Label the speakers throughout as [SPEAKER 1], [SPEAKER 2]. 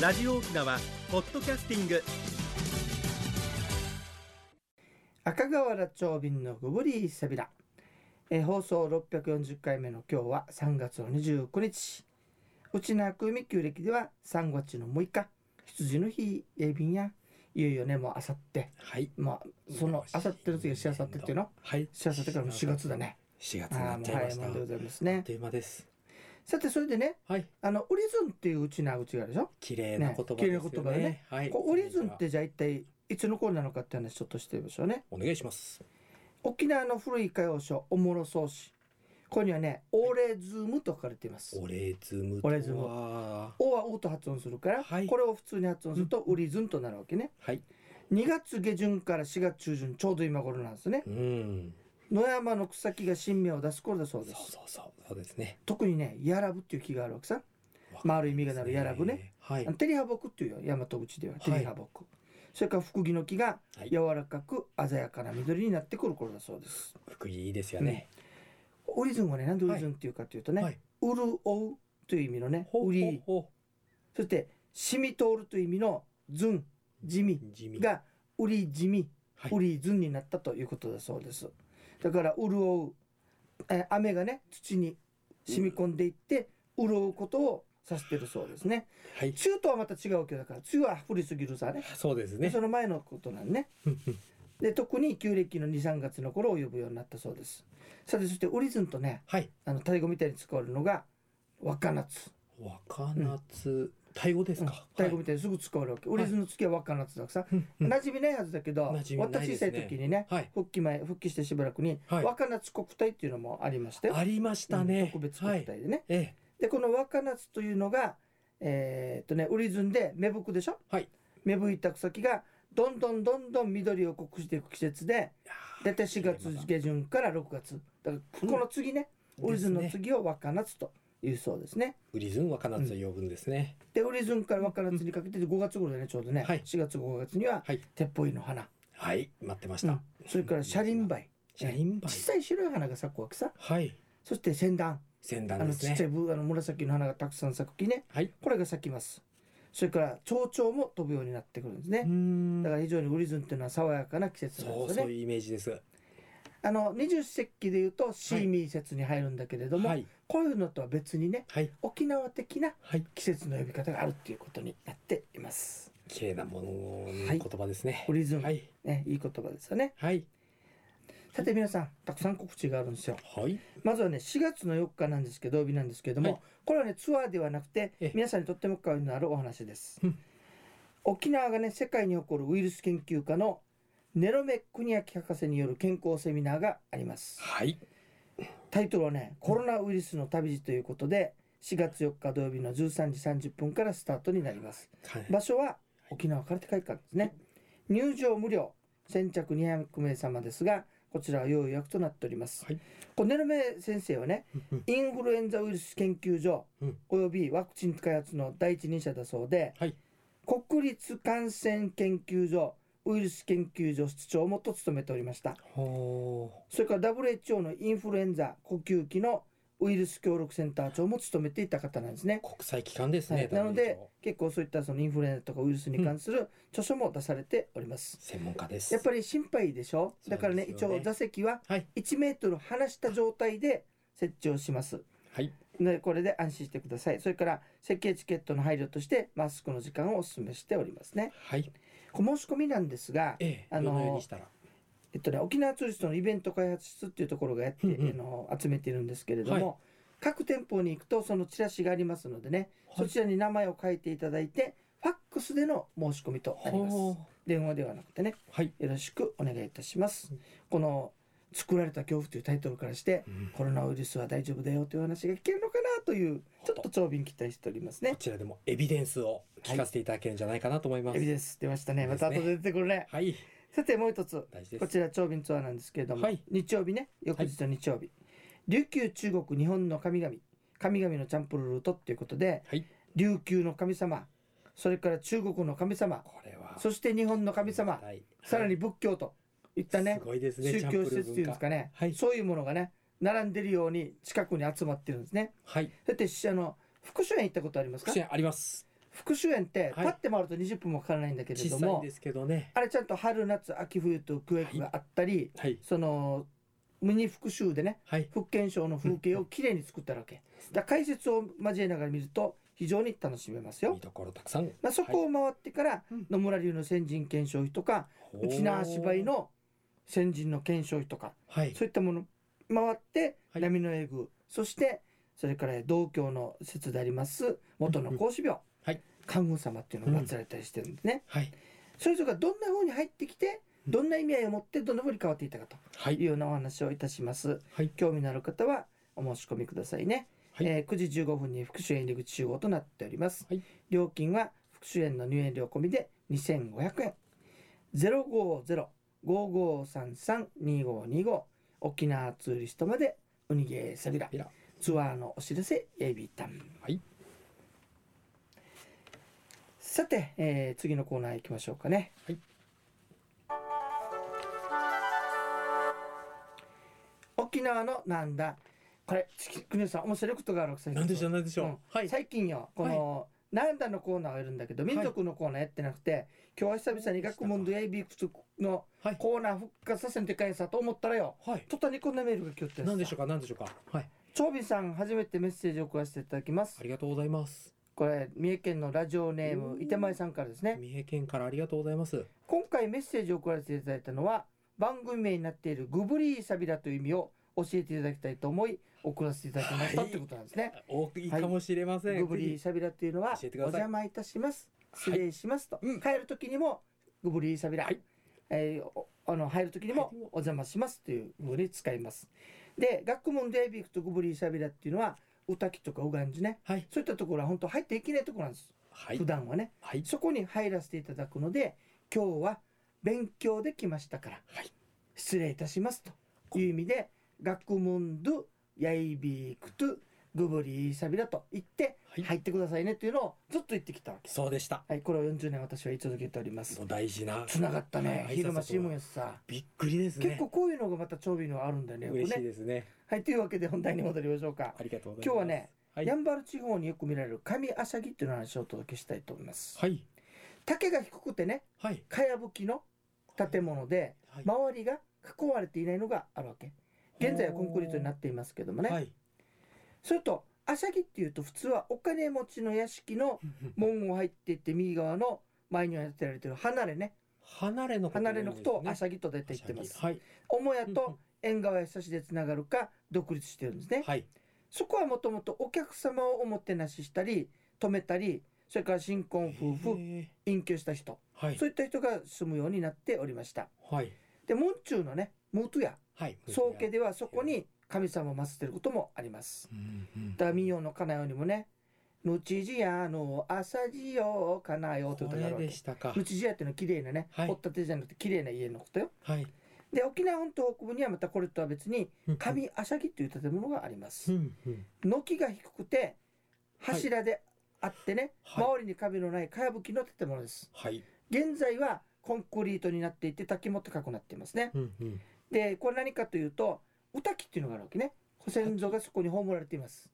[SPEAKER 1] ラジオ沖縄ポッドキャスティング
[SPEAKER 2] 赤瓦町便のグブリーサビラ、えー放送640回目の今日は3月の29日うちなくみ旧暦では3月の6日羊の日鋭便やいよいよねもうあさって
[SPEAKER 3] はい。
[SPEAKER 2] まあそのあさっての次はしあさってっていうの
[SPEAKER 3] はい。
[SPEAKER 2] しあさってからも4月だね
[SPEAKER 3] 4月
[SPEAKER 2] あ
[SPEAKER 3] に
[SPEAKER 2] あ
[SPEAKER 3] な
[SPEAKER 2] ー
[SPEAKER 3] っ
[SPEAKER 2] も
[SPEAKER 3] ち
[SPEAKER 2] う
[SPEAKER 3] ゃい
[SPEAKER 2] 早
[SPEAKER 3] ま
[SPEAKER 2] い
[SPEAKER 3] し
[SPEAKER 2] も
[SPEAKER 3] た。
[SPEAKER 2] んでございます
[SPEAKER 3] あ
[SPEAKER 2] ね
[SPEAKER 3] っという間です。
[SPEAKER 2] さてそれでね
[SPEAKER 3] はい。
[SPEAKER 2] あの折りズンっていううちなうちがあるでしょ
[SPEAKER 3] 綺麗な言葉ですよ
[SPEAKER 2] 綺
[SPEAKER 3] ね。
[SPEAKER 2] 麗な言葉だね
[SPEAKER 3] はい。
[SPEAKER 2] こう折りズンってじゃあ一体いつの頃なのかって話ちょっとしてみましょうね
[SPEAKER 3] お願いします。
[SPEAKER 2] 沖縄の古い歌謡書おもろそうしここにはね「オーレズム」と書かれています
[SPEAKER 3] オレズム
[SPEAKER 2] オレズム
[SPEAKER 3] とは
[SPEAKER 2] 「お」は「お」と発音するから、
[SPEAKER 3] はい
[SPEAKER 2] これを普通に発音すると「ウリズン」となるわけね
[SPEAKER 3] はい。
[SPEAKER 2] 2月下旬から4月中旬ちょうど今頃なんですね
[SPEAKER 3] うん。
[SPEAKER 2] 野山の草木が新芽を出す頃だそう
[SPEAKER 3] そう
[SPEAKER 2] です
[SPEAKER 3] そうそう。そうですね。
[SPEAKER 2] 特にねヤラブっていう木があるわけさ
[SPEAKER 3] わかりますね
[SPEAKER 2] 丸い実がなるヤラブね。
[SPEAKER 3] はい
[SPEAKER 2] あの。テリハボクっていうよ大和口ではテリハボク、それからフクギの木が
[SPEAKER 3] はい
[SPEAKER 2] 柔らかく鮮やかな緑になってくる頃だそうです
[SPEAKER 3] 福井いいですよね。
[SPEAKER 2] オリズンはねなんでオリズンっていうかというとね、
[SPEAKER 3] はい
[SPEAKER 2] 潤うという意味のね
[SPEAKER 3] ほう
[SPEAKER 2] 売
[SPEAKER 3] ほう
[SPEAKER 2] り
[SPEAKER 3] ほ
[SPEAKER 2] そして染み通るという意味のずん地味
[SPEAKER 3] う。地味。
[SPEAKER 2] が売り地味
[SPEAKER 3] はい
[SPEAKER 2] 売りずんになったということだそうですだから潤うえー雨がね土に染み込んでいって潤うことを指してるそうですね
[SPEAKER 3] はい。
[SPEAKER 2] 梅雨とはまた違うけどだから梅雨は降りすぎるさね
[SPEAKER 3] そうですね
[SPEAKER 2] そ。の前のことなんね
[SPEAKER 3] うんうん
[SPEAKER 2] で特に旧暦の23月の頃を呼ぶようになったそうですさてそしてオリズンとね
[SPEAKER 3] はい。
[SPEAKER 2] あのタイ語みたいに使われるのが若夏
[SPEAKER 3] 若夏。タイ語ですか。
[SPEAKER 2] タイ語みたいにすぐ使われるわけ、オリズンの月は若夏だからさ、
[SPEAKER 3] うんうん
[SPEAKER 2] 馴染みないはずだけど、
[SPEAKER 3] 馴染みない
[SPEAKER 2] 私
[SPEAKER 3] で
[SPEAKER 2] 小
[SPEAKER 3] す
[SPEAKER 2] さ
[SPEAKER 3] ね
[SPEAKER 2] い時にね
[SPEAKER 3] はい。
[SPEAKER 2] 復帰前復帰してしばらくに、
[SPEAKER 3] はい
[SPEAKER 2] 若夏国体っていうのもありまして、
[SPEAKER 3] ありました
[SPEAKER 2] うん
[SPEAKER 3] ね。
[SPEAKER 2] 特別
[SPEAKER 3] は
[SPEAKER 2] 国
[SPEAKER 3] い。
[SPEAKER 2] 体でね、
[SPEAKER 3] ええ。
[SPEAKER 2] でこの若夏というのがえーっとねオリズンで芽吹くでしょ、
[SPEAKER 3] はい
[SPEAKER 2] 芽吹いた草木がどんどんどんどん緑を濃くしていく季節で
[SPEAKER 3] いや
[SPEAKER 2] だいたい4
[SPEAKER 3] 綺麗ま
[SPEAKER 2] 月
[SPEAKER 3] だ
[SPEAKER 2] 下旬から6月だからこの次ね、
[SPEAKER 3] ー
[SPEAKER 2] オリズンの
[SPEAKER 3] ですね
[SPEAKER 2] 次を若夏というそうですね。
[SPEAKER 3] ウリズン若夏と呼ぶんですね。
[SPEAKER 2] でオリズンから若夏にかけて5月頃でねちょうどね、
[SPEAKER 3] はい
[SPEAKER 2] 4月5月には
[SPEAKER 3] はい。
[SPEAKER 2] 鉄砲の花、
[SPEAKER 3] はい。待ってまし
[SPEAKER 2] う
[SPEAKER 3] た
[SPEAKER 2] ん。それから車輪梅
[SPEAKER 3] シャリンバイ
[SPEAKER 2] 小。さい白い花が咲くわけさ
[SPEAKER 3] はい。
[SPEAKER 2] そして仙団
[SPEAKER 3] 先
[SPEAKER 2] あ
[SPEAKER 3] 端で
[SPEAKER 2] の
[SPEAKER 3] す
[SPEAKER 2] ちっちゃい
[SPEAKER 3] ね。
[SPEAKER 2] ぶあの紫の花がたくさん咲く木ね
[SPEAKER 3] はい。
[SPEAKER 2] これが咲きますそれから蝶々も飛ぶようになってくるんですねだから非常にウリズンっていうのは爽やかな季節なんで
[SPEAKER 3] そう、
[SPEAKER 2] すよ
[SPEAKER 3] そう
[SPEAKER 2] ね
[SPEAKER 3] いうイメージです。
[SPEAKER 2] あの二十四節気でいうとシーミー節に入るんだけれども、
[SPEAKER 3] はい。
[SPEAKER 2] こういうのとは別にね
[SPEAKER 3] はい。
[SPEAKER 2] 沖縄的な
[SPEAKER 3] はい。
[SPEAKER 2] 季節の呼び方があるっていうことになっています
[SPEAKER 3] 綺麗なものの
[SPEAKER 2] はい
[SPEAKER 3] 言葉ですね
[SPEAKER 2] ウ。リズン、
[SPEAKER 3] はい。
[SPEAKER 2] ね、いい言葉ですよね
[SPEAKER 3] はい。
[SPEAKER 2] さて皆さんたくさん告知があるんですよ
[SPEAKER 3] はい。
[SPEAKER 2] まずはね4月の4日なんですけど土曜日なんですけども、
[SPEAKER 3] はい
[SPEAKER 2] これはねツアーではなくて
[SPEAKER 3] ええ
[SPEAKER 2] 皆さんにとっても興味のあるお話です
[SPEAKER 3] うん
[SPEAKER 2] 沖縄がね世界に誇るウイルス研究家のネロメ国明博士による健康セミナーがあります
[SPEAKER 3] はい。
[SPEAKER 2] タイトルはね「コロナウイルスの旅路」ということで4月4日土曜日の13時30分からスタートになります場所は沖縄空手会館ですね入場無料先着200名様ですがこちらは要予約となっております、
[SPEAKER 3] はい
[SPEAKER 2] こうネロメ先生はねインフルエンザウイルス研究所
[SPEAKER 3] うん
[SPEAKER 2] およびワクチン開発の第一人者だそうで、
[SPEAKER 3] はい
[SPEAKER 2] 国立感染研究所ウイルス研究所室長もと務めておりました
[SPEAKER 3] ほ
[SPEAKER 2] それから WHO のインフルエンザ呼吸器のウイルス協力センター長も務めていた方なんですね
[SPEAKER 3] ー国際機関です
[SPEAKER 2] は
[SPEAKER 3] ね
[SPEAKER 2] い。なので
[SPEAKER 3] WHO
[SPEAKER 2] 結構そういったそのインフルエンザとかウイルスに関する著書も出されております、
[SPEAKER 3] 専門家です。
[SPEAKER 2] やっぱり心配でしょだからね
[SPEAKER 3] そうです
[SPEAKER 2] 一
[SPEAKER 3] よね
[SPEAKER 2] 応座席は
[SPEAKER 3] はい。
[SPEAKER 2] 1メートル離した状態で設置をします
[SPEAKER 3] はい。
[SPEAKER 2] でこれで安心してくださいそれから設計チケットの配慮としてマスクの時間をお勧めしておりますね
[SPEAKER 3] はい。
[SPEAKER 2] お申し込みなんですが
[SPEAKER 3] ええ。
[SPEAKER 2] あの
[SPEAKER 3] ど
[SPEAKER 2] ー
[SPEAKER 3] のようにしたら。
[SPEAKER 2] えっとね、沖縄ツーリストのイベント開発室っていうところがやって、
[SPEAKER 3] うんうん
[SPEAKER 2] あの集めているんですけれども、
[SPEAKER 3] はい
[SPEAKER 2] 各店舗に行くとそのチラシがありますのでね、そちらに名前を書いていただいてファックスでの申し込みとなります
[SPEAKER 3] ほ
[SPEAKER 2] 電話ではなくてね
[SPEAKER 3] うはい。
[SPEAKER 2] よろしくお願いいたします、
[SPEAKER 3] うん
[SPEAKER 2] この「作られた恐怖」というタイトルからして
[SPEAKER 3] うん
[SPEAKER 2] コロナウイルスは大丈夫だよという話が聞けるのかなというちょっと長瓶期待しております
[SPEAKER 3] こ
[SPEAKER 2] ね
[SPEAKER 3] ちらでもエビデンスを聞かせていただけるんじゃないかなと思いま
[SPEAKER 2] エビ
[SPEAKER 3] す。
[SPEAKER 2] デンス出ましたね
[SPEAKER 3] で
[SPEAKER 2] ます
[SPEAKER 3] ね
[SPEAKER 2] た後で出てくるね
[SPEAKER 3] はい。
[SPEAKER 2] さてもう一つ
[SPEAKER 3] 大事で
[SPEAKER 2] こ
[SPEAKER 3] す。
[SPEAKER 2] ちら長瓶ツアーなんですけれども、
[SPEAKER 3] はい
[SPEAKER 2] 日曜日ね翌日の日曜日、琉球中国日本の神々神々のチャンプルルートっていうことで
[SPEAKER 3] はい。
[SPEAKER 2] 琉球の神様それから中国の神様
[SPEAKER 3] これは。
[SPEAKER 2] そして日本の神様
[SPEAKER 3] はい。
[SPEAKER 2] さらに仏教といったね
[SPEAKER 3] すごいですね。
[SPEAKER 2] 宗
[SPEAKER 3] チャンプ
[SPEAKER 2] 教
[SPEAKER 3] ル
[SPEAKER 2] 施設というんですかね、
[SPEAKER 3] はい
[SPEAKER 2] そういうものがね並んでるように近くに集まってるんですね
[SPEAKER 3] はい。
[SPEAKER 2] だってしあの福島へ行ったことありますか
[SPEAKER 3] 口にあります。
[SPEAKER 2] 復習園ってパ
[SPEAKER 3] はい
[SPEAKER 2] ッて回ると20分もかからないんだけれ
[SPEAKER 3] 小
[SPEAKER 2] ど
[SPEAKER 3] さい
[SPEAKER 2] も、
[SPEAKER 3] んですけどね。
[SPEAKER 2] あれちゃんと春夏秋冬と区域があったり、
[SPEAKER 3] はい。
[SPEAKER 2] そのミニ復習でね
[SPEAKER 3] はい。
[SPEAKER 2] 福建省の風景をきれいに作ったわけだから解説を交えながら見ると非常に楽しめます
[SPEAKER 3] 見
[SPEAKER 2] よ、
[SPEAKER 3] どころたくさん。
[SPEAKER 2] まあ、そこを回ってから、
[SPEAKER 1] うん
[SPEAKER 2] 野村流の先人検証費とか
[SPEAKER 3] う
[SPEAKER 2] 沖縄芝居。の先人の検証費とか
[SPEAKER 3] はい。
[SPEAKER 2] そういったもの回って、
[SPEAKER 3] はい
[SPEAKER 2] 波の絵具そしてそれから道教の説であります元の孔子廟、
[SPEAKER 3] はい
[SPEAKER 2] 観音様っていうのが祀られたりしてるんですね、
[SPEAKER 3] はい。
[SPEAKER 2] それぞれがどんな風に入ってきて
[SPEAKER 3] うん
[SPEAKER 2] どんな意味合いを持ってどんな風に変わっていたかと
[SPEAKER 3] は
[SPEAKER 2] いう
[SPEAKER 3] い。
[SPEAKER 2] ようなお話をいたします、
[SPEAKER 3] はい
[SPEAKER 2] 興味のある方はお申し込みくださいね、
[SPEAKER 3] はい
[SPEAKER 2] えー9時15分に福州園入り口集合となっております、
[SPEAKER 3] はい
[SPEAKER 2] 料金は福州園の入園料込みで2500円050-5533-2525沖縄ツーリストまでウニゲーサビラ
[SPEAKER 3] ビラ
[SPEAKER 2] ツアーのお知らせエビタン
[SPEAKER 3] はい。
[SPEAKER 2] さて、えー次のコーナー行きましょうかね。
[SPEAKER 3] はい
[SPEAKER 2] 沖縄のなんだこれ国吉さん面白いことがあるわけ
[SPEAKER 3] なんでしょう、なんでし
[SPEAKER 2] うん
[SPEAKER 3] ょう。はい。
[SPEAKER 2] 最近よこの、なんだのコーナーをやるんだけど民族のコーナーやってなくて、今日は久々に学問やエビクの
[SPEAKER 3] はい。
[SPEAKER 2] コーナー復活させんといかんさと思ったらよ
[SPEAKER 3] はい。
[SPEAKER 2] 途端にこんなメールが来よって
[SPEAKER 3] なんでし
[SPEAKER 2] う
[SPEAKER 3] ょうか、なんでしょうか。はい。
[SPEAKER 2] 長尾さん初めてメッセージを送らせていただきます
[SPEAKER 3] ありがとうございます。
[SPEAKER 2] これ三重県のラジオネー
[SPEAKER 3] お
[SPEAKER 2] ム
[SPEAKER 3] ー
[SPEAKER 2] 伊手前さんからですね
[SPEAKER 3] 三重県からありがとうございます。
[SPEAKER 2] 今回メッセージを送らせていただいたのは番組名になっているグブリーサビラという意味を教えていただきたいと思い送らせていただきました
[SPEAKER 3] はい
[SPEAKER 2] ということなんですね、
[SPEAKER 3] 多いかもしれません。
[SPEAKER 2] グブリーサビラというのはお
[SPEAKER 3] 教えてください
[SPEAKER 2] 邪魔いたします失
[SPEAKER 3] はい
[SPEAKER 2] 礼しますと、
[SPEAKER 3] うん
[SPEAKER 2] 帰る時にもグブリーサビラ、
[SPEAKER 3] はい
[SPEAKER 2] えーおあの入る時に
[SPEAKER 3] は
[SPEAKER 2] も
[SPEAKER 3] い
[SPEAKER 2] お邪魔しますというふうに使いますで学問でビクとグブリーサビラっていうのは歌きとかうがんじね
[SPEAKER 3] はい。
[SPEAKER 2] そういったところは本当入っていけないところなんです、
[SPEAKER 3] はい
[SPEAKER 2] 普。段はね
[SPEAKER 3] はい。
[SPEAKER 2] そこに入らせていただくので、今日は勉強できましたから、
[SPEAKER 3] はい
[SPEAKER 2] 失礼いたしますという意味で、学問どやいびくとグブリーサビラと言って
[SPEAKER 3] はい
[SPEAKER 2] 入ってくださいねというのをずっと言ってきたわけ。
[SPEAKER 3] そうでした。
[SPEAKER 2] はい、これを40年私は言い続けております。
[SPEAKER 3] 大事な。
[SPEAKER 2] つながったね。
[SPEAKER 3] はい
[SPEAKER 2] 昼間新聞やしさ。
[SPEAKER 3] びっくりですね。
[SPEAKER 2] 結構こういうのがまた調味のあるんだよね。よく
[SPEAKER 3] 嬉しい
[SPEAKER 2] ね
[SPEAKER 3] ですね。
[SPEAKER 2] はい、というわけで本題に戻りましょうか。
[SPEAKER 3] ありがとうございます。
[SPEAKER 2] 今日はね、
[SPEAKER 3] はい。
[SPEAKER 2] やんばる地方によく見られる神アシャギという話をお届けしたいと思います。
[SPEAKER 3] はい。
[SPEAKER 2] 竹が低くてね、
[SPEAKER 3] はい。
[SPEAKER 2] かやぶきの建物で
[SPEAKER 3] はい。
[SPEAKER 2] 周りが囲われていないのがあるわけ現在はコンクリートになっていますけどもね、
[SPEAKER 3] はい。
[SPEAKER 2] それとあしゃぎっていうと普通はお金持ちの屋敷の門を入っていって右側の前に建てられてる離れね
[SPEAKER 3] 離れのこと
[SPEAKER 2] 離れのことをあし
[SPEAKER 3] っ
[SPEAKER 2] ゃぎと出て言ってます
[SPEAKER 3] はい。
[SPEAKER 2] 母屋と縁側や差しでつながるか独立してるんですね
[SPEAKER 3] はい。
[SPEAKER 2] そこはもともとお客様をおもてなししたり泊めたりそれから新婚夫婦
[SPEAKER 3] へ
[SPEAKER 2] 隠居した人
[SPEAKER 3] ーはい
[SPEAKER 2] そういった人が住むようになっておりました
[SPEAKER 3] はい
[SPEAKER 2] で門中のねムートや
[SPEAKER 3] はい。
[SPEAKER 2] 宗家ではそこに神様を祀っていることもあります。
[SPEAKER 3] うんうん。
[SPEAKER 2] ダミヨのかなよにもね、ぬちじやの朝じよかなよという
[SPEAKER 3] こ
[SPEAKER 2] 歌があ
[SPEAKER 3] れ
[SPEAKER 2] るわ
[SPEAKER 3] で
[SPEAKER 2] け。
[SPEAKER 3] したか
[SPEAKER 2] ぬ。ちじやっていうのは綺麗なね、
[SPEAKER 3] はい
[SPEAKER 2] 掘ったてじゃなくて綺麗な家のことよ。
[SPEAKER 3] はい。
[SPEAKER 2] で、沖縄本島北部にはまたこれとは別に、
[SPEAKER 3] うん
[SPEAKER 2] 神あしゃぎという建物がありま
[SPEAKER 3] う
[SPEAKER 2] す。
[SPEAKER 3] んうん。
[SPEAKER 2] 軒が低くて、柱であってね、
[SPEAKER 3] はい
[SPEAKER 2] 周りに壁のないかやぶきの建物です。
[SPEAKER 3] はい。
[SPEAKER 2] 現在はコンクリートになっていて、滝も高くなっていますね。
[SPEAKER 3] うんうん。
[SPEAKER 2] でこれ何かというとお滝っていうのがあるわけねご先祖がそこに葬られています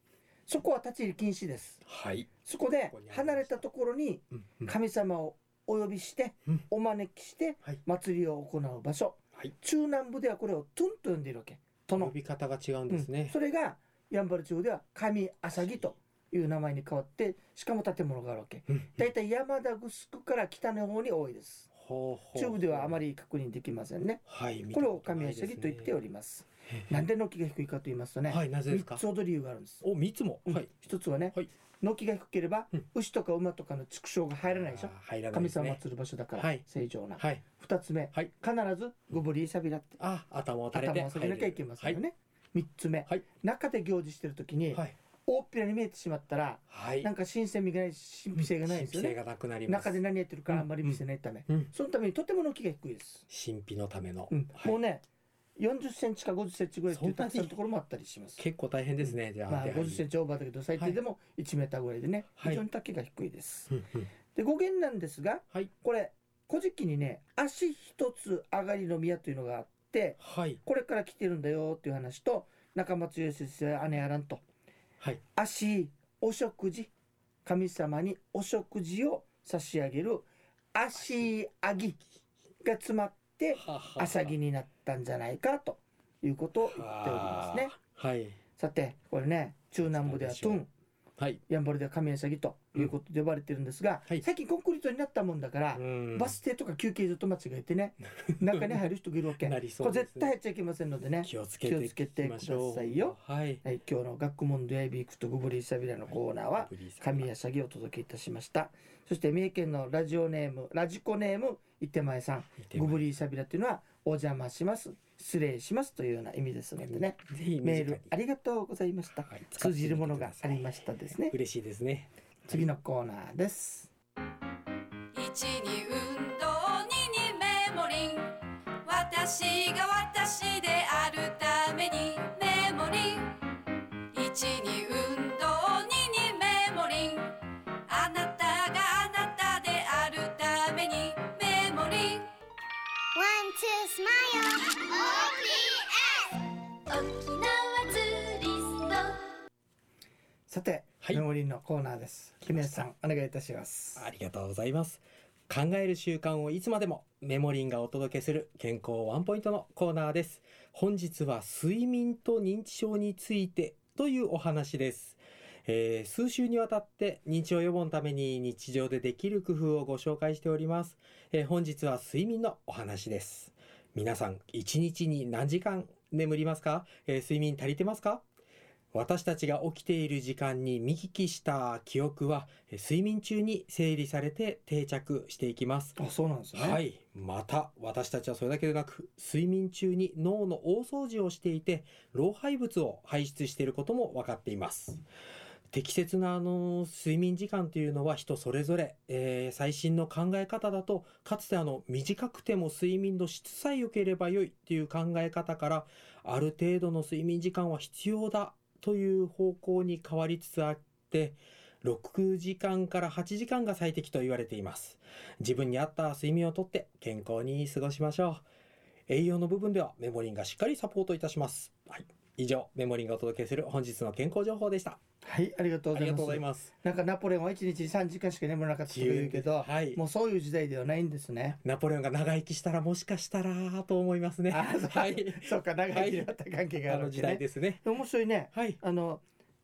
[SPEAKER 2] そこは立ち入り禁止です
[SPEAKER 3] はい。
[SPEAKER 2] そこで
[SPEAKER 3] ここにあります
[SPEAKER 2] 離れたところに
[SPEAKER 3] うんうん
[SPEAKER 2] 神様をお呼びして
[SPEAKER 3] うん
[SPEAKER 2] お招きして
[SPEAKER 3] はい
[SPEAKER 2] 祭りを行う場所
[SPEAKER 3] はい。
[SPEAKER 2] 中南部ではこれをトゥンと呼んでいるわけ殿
[SPEAKER 3] 呼び方が違う
[SPEAKER 2] う
[SPEAKER 3] んです
[SPEAKER 2] ん
[SPEAKER 3] ね。
[SPEAKER 2] それがやんばる地方では神あさぎという名前に変わってしかも建物があるわけ
[SPEAKER 3] うんうん
[SPEAKER 2] だいたい山田グスクから北の方に多いです
[SPEAKER 3] ほうほう
[SPEAKER 2] 中部ではあまり確認できませんね
[SPEAKER 3] はい。
[SPEAKER 2] これを神あさぎと言ってお
[SPEAKER 3] り
[SPEAKER 2] りますなんで軒が低いかと言いますとね、
[SPEAKER 3] はいなぜですか
[SPEAKER 2] 3つほど理由があるんです。
[SPEAKER 3] お三つも。
[SPEAKER 2] うん
[SPEAKER 3] はい。
[SPEAKER 2] 一つはね、
[SPEAKER 3] はい
[SPEAKER 2] 軒が低ければ、
[SPEAKER 3] うん
[SPEAKER 2] 牛とか馬とかの畜生が入らないでしょ
[SPEAKER 3] あー。入らない
[SPEAKER 2] 神
[SPEAKER 3] です
[SPEAKER 2] 様
[SPEAKER 3] ね。
[SPEAKER 2] 祀る場所だから、
[SPEAKER 3] はい
[SPEAKER 2] 正常な。
[SPEAKER 3] はい。
[SPEAKER 2] 二つ目、
[SPEAKER 3] はい
[SPEAKER 2] 必ずゴブリーサビラって
[SPEAKER 3] あ頭を垂れて
[SPEAKER 2] 頭を下げなきゃいけませんよね。三、つ目、
[SPEAKER 3] はい
[SPEAKER 2] 中で行事してる時に、
[SPEAKER 3] はい。
[SPEAKER 2] 大っぴらに見えてしまったら、
[SPEAKER 3] はい。
[SPEAKER 2] なんか新鮮味がないし、神秘性がないですよ
[SPEAKER 3] 神秘
[SPEAKER 2] ね。
[SPEAKER 3] 性がなくなります。
[SPEAKER 2] 中で何やってるかあんまり見せないため、
[SPEAKER 3] うん。
[SPEAKER 2] そのためにとても軒が低いです。
[SPEAKER 3] 神秘のための。
[SPEAKER 2] うん
[SPEAKER 3] はい
[SPEAKER 2] もうね、40センチか50センチぐらいっていう
[SPEAKER 3] そん
[SPEAKER 2] た
[SPEAKER 3] な
[SPEAKER 2] く
[SPEAKER 3] に
[SPEAKER 2] さんのところもあったりします。
[SPEAKER 3] 結構大変ですね。じゃあ。
[SPEAKER 2] まあ、
[SPEAKER 3] 手入り
[SPEAKER 2] 50センチオーバーだけど最低でも1メーターぐらいでね、
[SPEAKER 3] はい
[SPEAKER 2] 非常に丈が低いです。
[SPEAKER 3] うんうん
[SPEAKER 2] で語源なんですが
[SPEAKER 3] はい。
[SPEAKER 2] これ「古事記」にね「足一つ上がりの宮」というのがあって
[SPEAKER 3] はい。
[SPEAKER 2] これから来てるんだよという話と中松義先生姉やらんと
[SPEAKER 3] はい。
[SPEAKER 2] 「足お食事神様にお食事を差し上げる足あぎが詰まって朝着
[SPEAKER 3] に
[SPEAKER 2] になったんじゃないかということを言っておりますね。
[SPEAKER 3] はい。
[SPEAKER 2] さてこれね中南部ではトゥン
[SPEAKER 3] はい。
[SPEAKER 2] やんばるでは神サギということで呼ばれてるんですが、
[SPEAKER 3] はい
[SPEAKER 2] 最近コンクリートになったもんだから、
[SPEAKER 3] うん
[SPEAKER 2] バス停とか休憩所と間違えて ね中に入る人がいるわけ、
[SPEAKER 3] なりそ
[SPEAKER 2] これ
[SPEAKER 3] うです
[SPEAKER 2] 絶
[SPEAKER 3] ね
[SPEAKER 2] 対入っちゃいけませんのでね
[SPEAKER 3] 気をつけて
[SPEAKER 2] 気をつけて
[SPEAKER 3] いきましょう
[SPEAKER 2] くださいよ。
[SPEAKER 3] はい。
[SPEAKER 2] はい、今日の「学問でエビークとグブリーサビラ」のコーナーは
[SPEAKER 3] ブリーさん
[SPEAKER 2] 神谷詐欺をお届けいたしましたそして三重県のラジオネームラジコネーム伊手前さん
[SPEAKER 3] 見て
[SPEAKER 2] グ
[SPEAKER 3] ま
[SPEAKER 2] ブリーサビラというのはお邪魔します失礼しますというような意味ですのでね
[SPEAKER 3] すぜひ
[SPEAKER 2] メールあ
[SPEAKER 3] り
[SPEAKER 2] りがとうございました
[SPEAKER 3] はい
[SPEAKER 2] 通じるものがありましたですね
[SPEAKER 3] 嬉しいですね。
[SPEAKER 2] 次のコーナーです
[SPEAKER 4] 一に運動二にメモリン私が私であるためにメモリン一に運動二にメモリンあなたがあなたであるためにメモリン
[SPEAKER 5] One, two, smile. OPS.
[SPEAKER 4] 沖縄ツーリスト
[SPEAKER 2] さて、
[SPEAKER 3] はい
[SPEAKER 2] メモリーのコーナーです木梨さんお願いいたします
[SPEAKER 3] ありがとうございます。考える習慣をいつまでもメモリンがお届けする健康ワンポイントのコーナーです。本日は睡眠と認知症についてというお話です。えー数週にわたって認知症予防のために日常でできる工夫をご紹介しております。えー本日は睡眠のお話です。皆さん、一日に何時間眠りますか、えー睡眠足りてますか私たちが起きている時間に見聞きした記憶は、えー睡眠中に整理されて定着していきます。
[SPEAKER 2] あそうなんですね、
[SPEAKER 3] はい。また、私たちはそれだけでなく、睡眠中に脳の大掃除をしていて、老廃物を排出していることも分かっています。適切な、あの、睡眠時間というのは人それぞれ、えー最新の考え方だと、かつてあの、短くても睡眠の質さえ良ければ良いという考え方から、ある程度の睡眠時間は必要だという方向に変わりつつあって、6時間から8時間が最適と言われています。自分に合った睡眠をとって健康に過ごしましょう。栄養の部分ではメモリンがしっかりサポートいたします。はい。以上、メモリンがお届けする本日の健康情報でした。
[SPEAKER 2] はいありがとう
[SPEAKER 3] あ
[SPEAKER 2] ご
[SPEAKER 3] り
[SPEAKER 2] ざい
[SPEAKER 3] が
[SPEAKER 2] ま
[SPEAKER 3] と
[SPEAKER 2] す
[SPEAKER 3] うございます。
[SPEAKER 2] なんかナポレオンは1日に3時間しか眠らなかったとか言うけど、
[SPEAKER 3] はい
[SPEAKER 2] も。うそういう時代ではないんですね。
[SPEAKER 3] ナポレオンが長生きしたらもしかしたらと思いますね。
[SPEAKER 2] あそう
[SPEAKER 3] はい。
[SPEAKER 2] そうか、長生きだった関係があ
[SPEAKER 3] あ
[SPEAKER 2] るわ
[SPEAKER 3] の
[SPEAKER 2] け
[SPEAKER 3] 時
[SPEAKER 2] ね
[SPEAKER 3] 代。ですね。
[SPEAKER 2] 面白いね。
[SPEAKER 3] はい。
[SPEAKER 2] あの、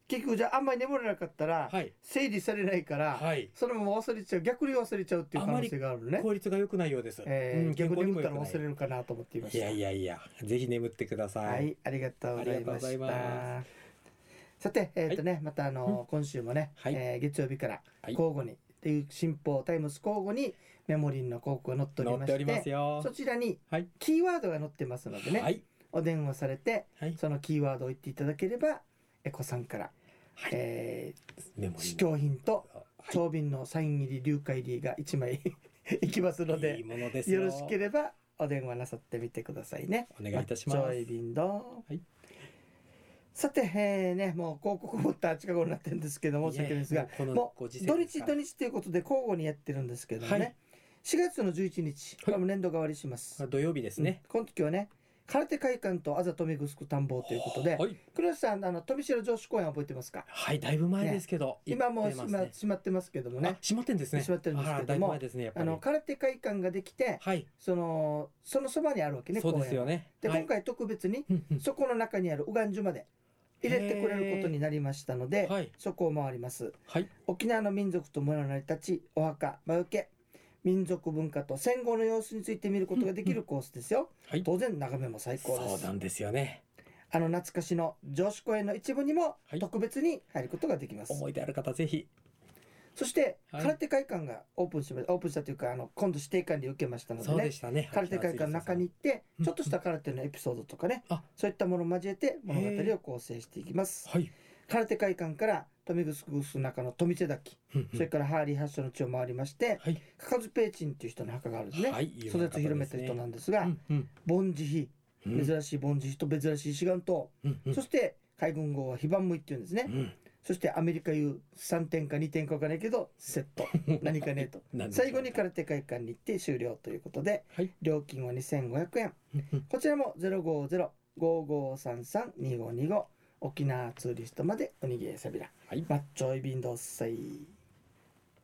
[SPEAKER 2] 結局じゃああんまり眠らなかったら、
[SPEAKER 3] はい。
[SPEAKER 2] 整理されないから、
[SPEAKER 3] はい。
[SPEAKER 2] そのまま忘れちゃう、逆に忘れちゃうっていう可能性があるね。
[SPEAKER 3] 効率が良くないようです。
[SPEAKER 2] えー
[SPEAKER 3] うん健
[SPEAKER 2] 逆
[SPEAKER 3] 康
[SPEAKER 2] に
[SPEAKER 3] に
[SPEAKER 2] 眠
[SPEAKER 3] も
[SPEAKER 2] った
[SPEAKER 3] 良
[SPEAKER 2] ら忘れ
[SPEAKER 3] くない。
[SPEAKER 2] るかなと思っていまし
[SPEAKER 3] い
[SPEAKER 2] た。
[SPEAKER 3] やいやいや、ぜひ眠ってくださ。
[SPEAKER 2] はいい、ありがとうございま
[SPEAKER 3] あり
[SPEAKER 2] し
[SPEAKER 3] がとうござい
[SPEAKER 2] た
[SPEAKER 3] ま。
[SPEAKER 2] さて、えっ、とね、またあの、今週もね、
[SPEAKER 3] はい
[SPEAKER 2] えー月曜日から
[SPEAKER 3] はい
[SPEAKER 2] 交互に、っていう新報タイムス交互にメモリンの広告が載っており
[SPEAKER 3] 乗
[SPEAKER 2] ま
[SPEAKER 3] っておりま
[SPEAKER 2] して
[SPEAKER 3] す、よ
[SPEAKER 2] そ。ちらに
[SPEAKER 3] はい。
[SPEAKER 2] キーワードが載ってますのでね、
[SPEAKER 3] はい。
[SPEAKER 2] お電話されて
[SPEAKER 3] はい。
[SPEAKER 2] そのキーワードを言っていただければエコさんから、
[SPEAKER 3] はい
[SPEAKER 2] え
[SPEAKER 3] メモ
[SPEAKER 2] ー
[SPEAKER 3] リ
[SPEAKER 2] 試
[SPEAKER 3] ンの。
[SPEAKER 2] 供品と
[SPEAKER 3] はい
[SPEAKER 2] 長瓶のサイン入り流会入りが1枚 いきますの
[SPEAKER 3] いい
[SPEAKER 2] で
[SPEAKER 3] ものです
[SPEAKER 2] よ
[SPEAKER 3] よ。
[SPEAKER 2] ろしければお電話なさってみてくださいね。
[SPEAKER 3] お願いいたします
[SPEAKER 2] 長瓶の、
[SPEAKER 3] はい
[SPEAKER 2] さて、えーね、もう広告持った近頃になってるんですけど申し訳ないですが
[SPEAKER 3] この
[SPEAKER 2] も
[SPEAKER 3] ご
[SPEAKER 2] う
[SPEAKER 3] 時世で
[SPEAKER 2] 土
[SPEAKER 3] す
[SPEAKER 2] 日
[SPEAKER 3] から
[SPEAKER 2] 土日ということで交互にやってるんですけどもね、
[SPEAKER 3] はい
[SPEAKER 2] 4月の11日、
[SPEAKER 3] はい
[SPEAKER 2] これも年度変わりします。
[SPEAKER 3] 土曜日ですね。
[SPEAKER 2] うんこの時はね空手会館とあざとめぐすく探訪ということで、
[SPEAKER 3] はい。
[SPEAKER 2] 黒瀬さんあの富城城主公園覚えてますか
[SPEAKER 3] はい、だいぶ前ですけど。
[SPEAKER 2] 今もう
[SPEAKER 3] 行って
[SPEAKER 2] 閉
[SPEAKER 3] ま
[SPEAKER 2] ま,、
[SPEAKER 3] すね
[SPEAKER 2] 閉まってますけどもね
[SPEAKER 3] あ閉まってんですね。
[SPEAKER 2] 閉まってるんですけども
[SPEAKER 3] あらだいぶ前ですね、やっぱ
[SPEAKER 2] あ
[SPEAKER 3] り。
[SPEAKER 2] の空手会館ができて
[SPEAKER 3] はい。
[SPEAKER 2] そのそのそばにあるわけね
[SPEAKER 3] そうですよ
[SPEAKER 2] ね
[SPEAKER 3] ね。
[SPEAKER 2] で、
[SPEAKER 3] はい
[SPEAKER 2] 今回特別に
[SPEAKER 3] うんうん
[SPEAKER 2] そこの中にある右岸樹まで入れてくれることになりましたので、
[SPEAKER 3] はい。
[SPEAKER 2] そこを回ります
[SPEAKER 3] はい。
[SPEAKER 2] 沖縄の民族と村の成り立ちお墓魔除け民族文化と戦後の様子について見ることができるコースですよ、
[SPEAKER 3] はい。
[SPEAKER 2] 当然眺めも最高で
[SPEAKER 3] そう
[SPEAKER 2] す
[SPEAKER 3] なんですよね。
[SPEAKER 2] あの懐かしの城址公園の一部にも
[SPEAKER 3] はい
[SPEAKER 2] 特別に入ることができます。
[SPEAKER 3] 思い出ある方、ぜひ。
[SPEAKER 2] そして、
[SPEAKER 3] はい
[SPEAKER 2] 空手会館がオープンしまオープンしたというかあの今度指定館で受けましたので
[SPEAKER 3] そうで
[SPEAKER 2] ね。
[SPEAKER 3] したね。
[SPEAKER 2] 空手会館の中に行って
[SPEAKER 3] うん
[SPEAKER 2] ちょっとした空手のエピソードとかね、
[SPEAKER 3] あ
[SPEAKER 2] そういったものを交えて物語を構成していきます。
[SPEAKER 3] はい。
[SPEAKER 2] 空手会館から富城グスの中の富手滝、
[SPEAKER 3] うんうん
[SPEAKER 2] それからハーリー発祥の地を回りまして、
[SPEAKER 3] はい。
[SPEAKER 2] カカズペーチンという人の墓があるんですね。
[SPEAKER 3] はい。有
[SPEAKER 2] 育
[SPEAKER 3] 名な
[SPEAKER 2] て
[SPEAKER 3] 方
[SPEAKER 2] を広めた人なんですが、
[SPEAKER 3] ですね。
[SPEAKER 2] 盆地比、
[SPEAKER 3] うんうん。
[SPEAKER 2] 珍しい盆地比と珍しい志願島、
[SPEAKER 3] うんうん
[SPEAKER 2] そして海軍号は非番無一っていうんですね。
[SPEAKER 3] うん
[SPEAKER 2] そしてアメリカいう3点か2点かわからないけどセッ ト何かねと
[SPEAKER 3] なんでしょう
[SPEAKER 2] 最後に空手会館に行って終了ということで
[SPEAKER 3] はい。
[SPEAKER 2] 料金は2500円
[SPEAKER 3] うんうん
[SPEAKER 2] こちらも050-5533-2525沖縄ツーリストまでおにぎりさびら
[SPEAKER 3] はい
[SPEAKER 2] マッチョイビンドッサイ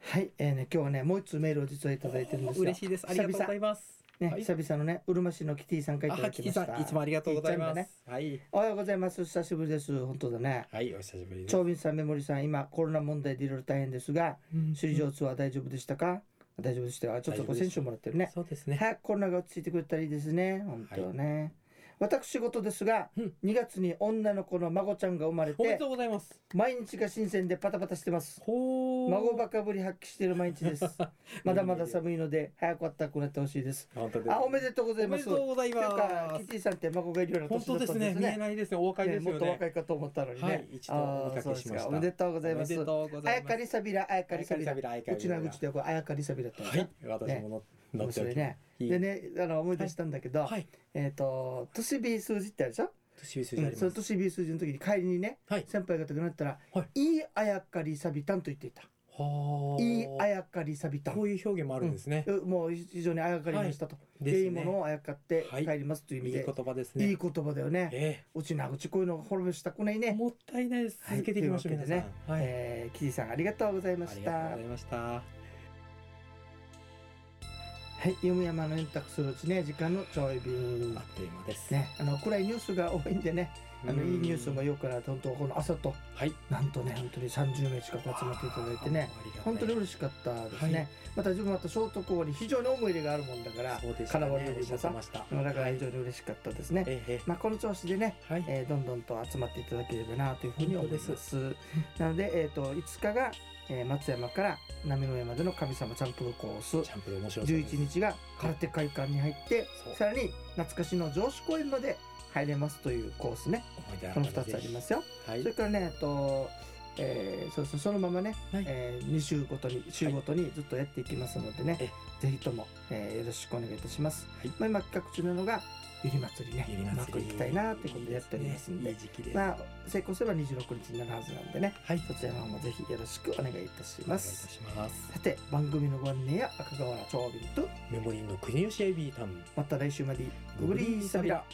[SPEAKER 2] はい、えーね、今日はね、もう一通メールを実はいただいてるんですよ。
[SPEAKER 3] 嬉しいです。ありがとうございます。
[SPEAKER 2] ね、
[SPEAKER 3] はい
[SPEAKER 2] 久々のね、うるま市のキティさんからいた
[SPEAKER 3] あ、
[SPEAKER 2] だき
[SPEAKER 3] キ
[SPEAKER 2] ま
[SPEAKER 3] キ
[SPEAKER 2] した。
[SPEAKER 3] さん、いつもありがとうございま
[SPEAKER 2] キ
[SPEAKER 3] す。
[SPEAKER 2] ティちゃんだね
[SPEAKER 3] はい。
[SPEAKER 2] おはようございます。久しぶりです。本当だね。
[SPEAKER 3] はい、お久しぶりです。
[SPEAKER 2] 長敏さん、メモリさん、今コロナ問題でいろいろ大変ですが、
[SPEAKER 3] うん
[SPEAKER 2] 首里城ツアー大丈夫でしたか。大丈夫でしたよ。あちょっとご
[SPEAKER 3] 大丈夫で
[SPEAKER 2] 選
[SPEAKER 3] す
[SPEAKER 2] 手もらってるね。
[SPEAKER 3] そうですね。
[SPEAKER 2] 早くコロナが落ち着いてくれたらいいですね。本当ね。私事ですが、
[SPEAKER 3] うん
[SPEAKER 2] 2月に女の子の孫ちゃんが生まれ
[SPEAKER 3] おめで
[SPEAKER 2] て
[SPEAKER 3] とうございます。
[SPEAKER 2] 毎日が新鮮でパタパタしてます
[SPEAKER 3] ほー。
[SPEAKER 2] 孫ばかぶり発揮している毎日です まだまだ寒いので早くあったくなってほしいです
[SPEAKER 3] 本当です
[SPEAKER 2] あおめでとうございます
[SPEAKER 3] おめでとうございます
[SPEAKER 2] なんかキティさんって孫がいるような
[SPEAKER 3] 本
[SPEAKER 2] 年だ
[SPEAKER 3] 当
[SPEAKER 2] ったんで
[SPEAKER 3] です
[SPEAKER 2] ね
[SPEAKER 3] すね。見えないですね。お若い
[SPEAKER 2] ね
[SPEAKER 3] です
[SPEAKER 2] もっ
[SPEAKER 3] よ
[SPEAKER 2] と
[SPEAKER 3] ね
[SPEAKER 2] 若。いかと思ったのにね、
[SPEAKER 3] はい一度お見かけしました
[SPEAKER 2] あーそうですかおめでとうござい
[SPEAKER 3] お
[SPEAKER 2] ま
[SPEAKER 3] め
[SPEAKER 2] す
[SPEAKER 3] でとうご
[SPEAKER 2] あ
[SPEAKER 3] ざ
[SPEAKER 2] や
[SPEAKER 3] います
[SPEAKER 2] か。りさびらあやかりさびら
[SPEAKER 3] あやかりさびらあやか
[SPEAKER 2] う
[SPEAKER 3] り
[SPEAKER 2] ちの
[SPEAKER 3] さびら
[SPEAKER 2] 口ではこうあやかりさびらって
[SPEAKER 3] はい、私も
[SPEAKER 2] 面
[SPEAKER 3] 乗乗ってお
[SPEAKER 2] 白い
[SPEAKER 3] き
[SPEAKER 2] ね
[SPEAKER 3] いい
[SPEAKER 2] でねあの思い出したんだけど、
[SPEAKER 3] はい。
[SPEAKER 2] えっ、と年 B 数字ってあるでしょ、
[SPEAKER 3] 年上数
[SPEAKER 2] う
[SPEAKER 3] 字あ
[SPEAKER 2] ん、
[SPEAKER 3] り
[SPEAKER 2] その
[SPEAKER 3] ます。
[SPEAKER 2] 年 B 数字の時に帰りにね
[SPEAKER 3] はい。
[SPEAKER 2] 先輩方が亡くなったら、、
[SPEAKER 3] はい
[SPEAKER 2] いあやかりさびたんと言っていた
[SPEAKER 3] はい
[SPEAKER 2] いあやかりさびたん
[SPEAKER 3] こういう表現もあるんですね。
[SPEAKER 2] うもう非常にあやかりましたと、
[SPEAKER 3] で
[SPEAKER 2] い
[SPEAKER 3] す
[SPEAKER 2] いもの
[SPEAKER 3] ね。
[SPEAKER 2] をあやかって
[SPEAKER 3] はい
[SPEAKER 2] 帰りますという意
[SPEAKER 3] い
[SPEAKER 2] 味
[SPEAKER 3] い
[SPEAKER 2] で、
[SPEAKER 3] 言葉です
[SPEAKER 2] い、い
[SPEAKER 3] ね。
[SPEAKER 2] 言葉だよね
[SPEAKER 3] え
[SPEAKER 2] うちなうちこういうの滅ぼしたくない
[SPEAKER 3] え。
[SPEAKER 2] ね、
[SPEAKER 3] もったいないです。
[SPEAKER 2] はい
[SPEAKER 3] 続けていきましょ
[SPEAKER 2] とい
[SPEAKER 3] う、
[SPEAKER 2] うわ
[SPEAKER 3] 皆
[SPEAKER 2] けで
[SPEAKER 3] さ
[SPEAKER 2] ね
[SPEAKER 3] ん。はい。
[SPEAKER 2] えー、キリさんありがとうございま
[SPEAKER 3] あ
[SPEAKER 2] し
[SPEAKER 3] り
[SPEAKER 2] た
[SPEAKER 3] がとう
[SPEAKER 2] は
[SPEAKER 3] ございました。
[SPEAKER 2] い読む山の円卓するうちね時間のちょい便
[SPEAKER 3] あっという間です。
[SPEAKER 2] ねあの暗いニュースが多いんでねあの
[SPEAKER 3] うん
[SPEAKER 2] いいニュースもよくなって本当この朝と
[SPEAKER 3] はい。
[SPEAKER 2] なんとね本当に30名近く集まっていただいてね
[SPEAKER 3] ありがたい
[SPEAKER 2] 本当に嬉しかったですね、
[SPEAKER 3] はい
[SPEAKER 2] また自分はまた聖徳校に非常に思い入れがあるもんだから
[SPEAKER 3] そうでした
[SPEAKER 2] 金
[SPEAKER 3] ね。
[SPEAKER 2] 丸の
[SPEAKER 3] お
[SPEAKER 2] 皆
[SPEAKER 3] っしゃって
[SPEAKER 2] さん
[SPEAKER 3] ました。
[SPEAKER 2] だから非常に嬉しかったですね、
[SPEAKER 3] ええ。
[SPEAKER 2] まあ、この調子でね、
[SPEAKER 3] はい。
[SPEAKER 2] えーどんどんと集まっていただければなというふうに思います
[SPEAKER 3] 本
[SPEAKER 2] なので、えー、と5日が、えー松山から波の山での神様チャンプルコース
[SPEAKER 3] チャンプル面白そうです
[SPEAKER 2] 11日が空手会館に入って
[SPEAKER 3] そう
[SPEAKER 2] さらに懐かしの城主公園まで入れますというコースね
[SPEAKER 3] 思い出
[SPEAKER 2] この
[SPEAKER 3] たら
[SPEAKER 2] 2つありますよ
[SPEAKER 3] はい
[SPEAKER 2] それからねえっと、えーそうそうそのままね、
[SPEAKER 3] はい
[SPEAKER 2] えー、2週ごとに週ごとにずっとやっていきますのでね、
[SPEAKER 3] え
[SPEAKER 2] ぜひとも、えーよろしくお願いいたします、
[SPEAKER 3] はい
[SPEAKER 2] まあ、今企画中なのがゆり祭りね
[SPEAKER 3] ゆり祭り
[SPEAKER 2] うまくいきたいなということでやっておりますんで
[SPEAKER 3] いい時期で
[SPEAKER 2] まあ成功すれば26日になるはずなんでね
[SPEAKER 3] はい
[SPEAKER 2] そちらの方もぜひよろしくお願いいたし
[SPEAKER 3] お
[SPEAKER 2] ま
[SPEAKER 3] 願いいた
[SPEAKER 2] す
[SPEAKER 3] します
[SPEAKER 2] さて番組のご案内や赤川長瓶と
[SPEAKER 3] メモリーの国吉エビータン
[SPEAKER 2] また来週までグリーサビラ